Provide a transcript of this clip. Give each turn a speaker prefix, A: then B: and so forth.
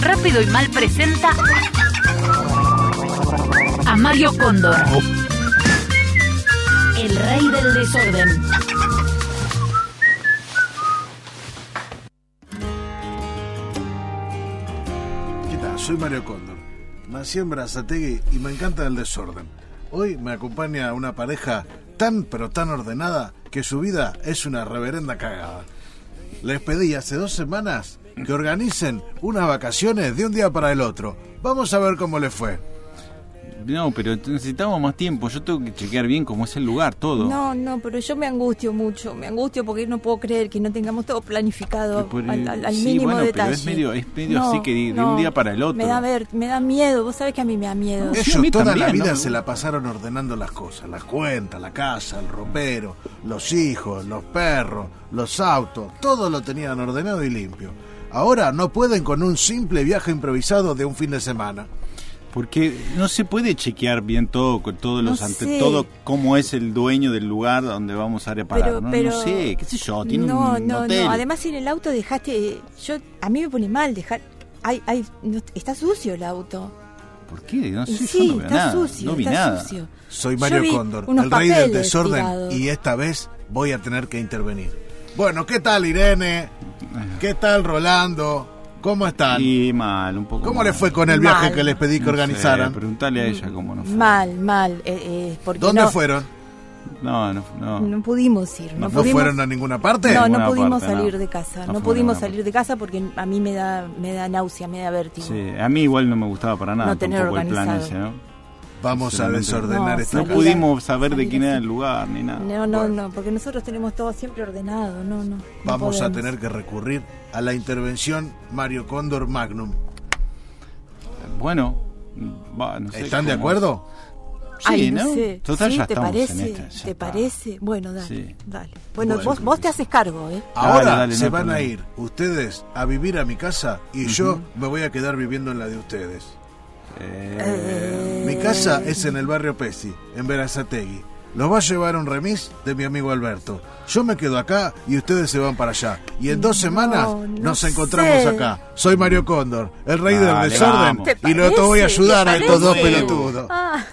A: Rápido y Mal presenta a Mario Cóndor, el rey del desorden.
B: ¿Qué tal? Soy Mario Cóndor. Nací en Brazategui y me encanta el desorden. Hoy me acompaña una pareja tan pero tan ordenada que su vida es una reverenda cagada. Les pedí hace dos semanas que organicen unas vacaciones de un día para el otro. Vamos a ver cómo les fue.
C: No, pero necesitamos más tiempo. Yo tengo que chequear bien cómo es el lugar, todo.
D: No, no, pero yo me angustio mucho, me angustio porque no puedo creer que no tengamos todo planificado
C: Por, eh,
D: al, al- al
C: sí,
D: mínimo
C: bueno, pero
D: detalle.
C: es medio- es medio así que de- de un día para el otro.
D: Me da, ver, me da miedo, vos sabés que a mí me da miedo.
C: Sí, a
B: Ellos
C: mí
B: toda la
C: también,
B: vida
C: ¿no?
B: se la pasaron ordenando las cosas, las cuentas, la casa, el ropero, los hijos, los perros, los autos, todo lo tenían ordenado y limpio. Ahora no pueden con un simple viaje improvisado de un fin de semana.
C: Porque no se puede chequear bien todo, con todos
D: No
C: los ante
D: sé.
C: todo cómo es el dueño del lugar donde vamos a reparar.
D: Pero,
C: no,
D: pero
C: no sé, qué sé yo, tiene
D: no,
C: un
D: no,
C: hotel.
D: no. Además en el auto dejaste, yo a mí me pone mal dejar, ay, ay, no- está sucio el auto.
C: ¿Por qué? No
D: Y
C: sé,
D: sí,
C: yo no veo
D: está
C: nada.
D: sucio,
C: no vi
D: está
C: nada.
D: sucio.
B: Soy
D: Yo
B: Mario
D: vi
B: Cóndor,
D: unos
B: el rey del
D: papeles
B: desorden,
D: tirados.
B: y esta vez voy a tener que intervenir. Bueno, ¿qué tal Irene? ¿Qué tal Rolando? ¿Cómo están?
C: Y mal, un poco.
B: ¿Cómo
C: mal.
B: les fue con el viaje
D: Mal.
B: que les pedí que
C: No sé,
B: organizaran?
C: Preguntale a ella cómo nos fue.
D: Mm, Mal, mal, eh, eh, porque
B: ¿Dónde
D: no,
B: fueron?
C: No, no, no.
D: No pudimos ir, no,
B: ¿No
D: pudimos-
B: fueron a ninguna parte?
D: No,
C: Ninguna
D: no pudimos
C: parte, no.
D: salir de casa.
C: No
D: No,
C: fuimos
D: pudimos
C: a ninguna
D: salir de casa porque a mí me da, me da náusea, me da vértigo.
C: Sí, a mí igual no me gustaba para nada.
D: No tener
C: tampoco el plan ese,
D: organizado.
C: ¿no?
B: Vamos a
C: Sinceramente.
B: desordenar
D: No,
B: esta
C: No
D: Salir
B: casa.
C: pudimos saber de
D: salir
C: quién era
D: así.
C: el lugar ni nada.
D: No, no,
B: Bueno.
D: no, porque nosotros tenemos todo siempre ordenado. No, no. no
B: Vamos a
D: podemos.
B: tener que recurrir a la intervención Mario Cóndor Magnum.
C: Bueno, va, no sé
B: ¿Están de
C: cómo-
B: acuerdo?
C: Sí,
D: Ay,
C: ¿no?
D: no sé.
C: Total,
D: Sí,
C: ya
D: ¿Te
C: estamos
D: parece?
C: en esta. ya
D: ¿Te
C: está.
D: parece? Bueno, dale.
C: Sí.
D: dale. Bueno,
B: Bueno,
D: vos, vos te haces cargo, ¿eh?
B: Ahora
C: Dale, dale,
B: se
C: no,
B: van a
C: perdón.
B: ir ustedes a vivir a mi casa y yo me voy a quedar viviendo en la de ustedes.
C: Eh,
B: Mi casa es en el barrio Pesi, en Verazategui. Los va a llevar un remis de mi amigo Alberto. Yo me quedo acá y ustedes se van para allá. Y en dos semanas
D: no
B: nos
D: sé.
B: encontramos acá. Soy Mario Cóndor, el rey
C: Dale,
B: del desorden.
C: vamos.
D: ¿Te
B: Y no te voy a
D: parece?
B: ayudar
D: ¿Te
B: a estos dos
C: Oh.
D: parece?
B: pelotudos.
D: Ah.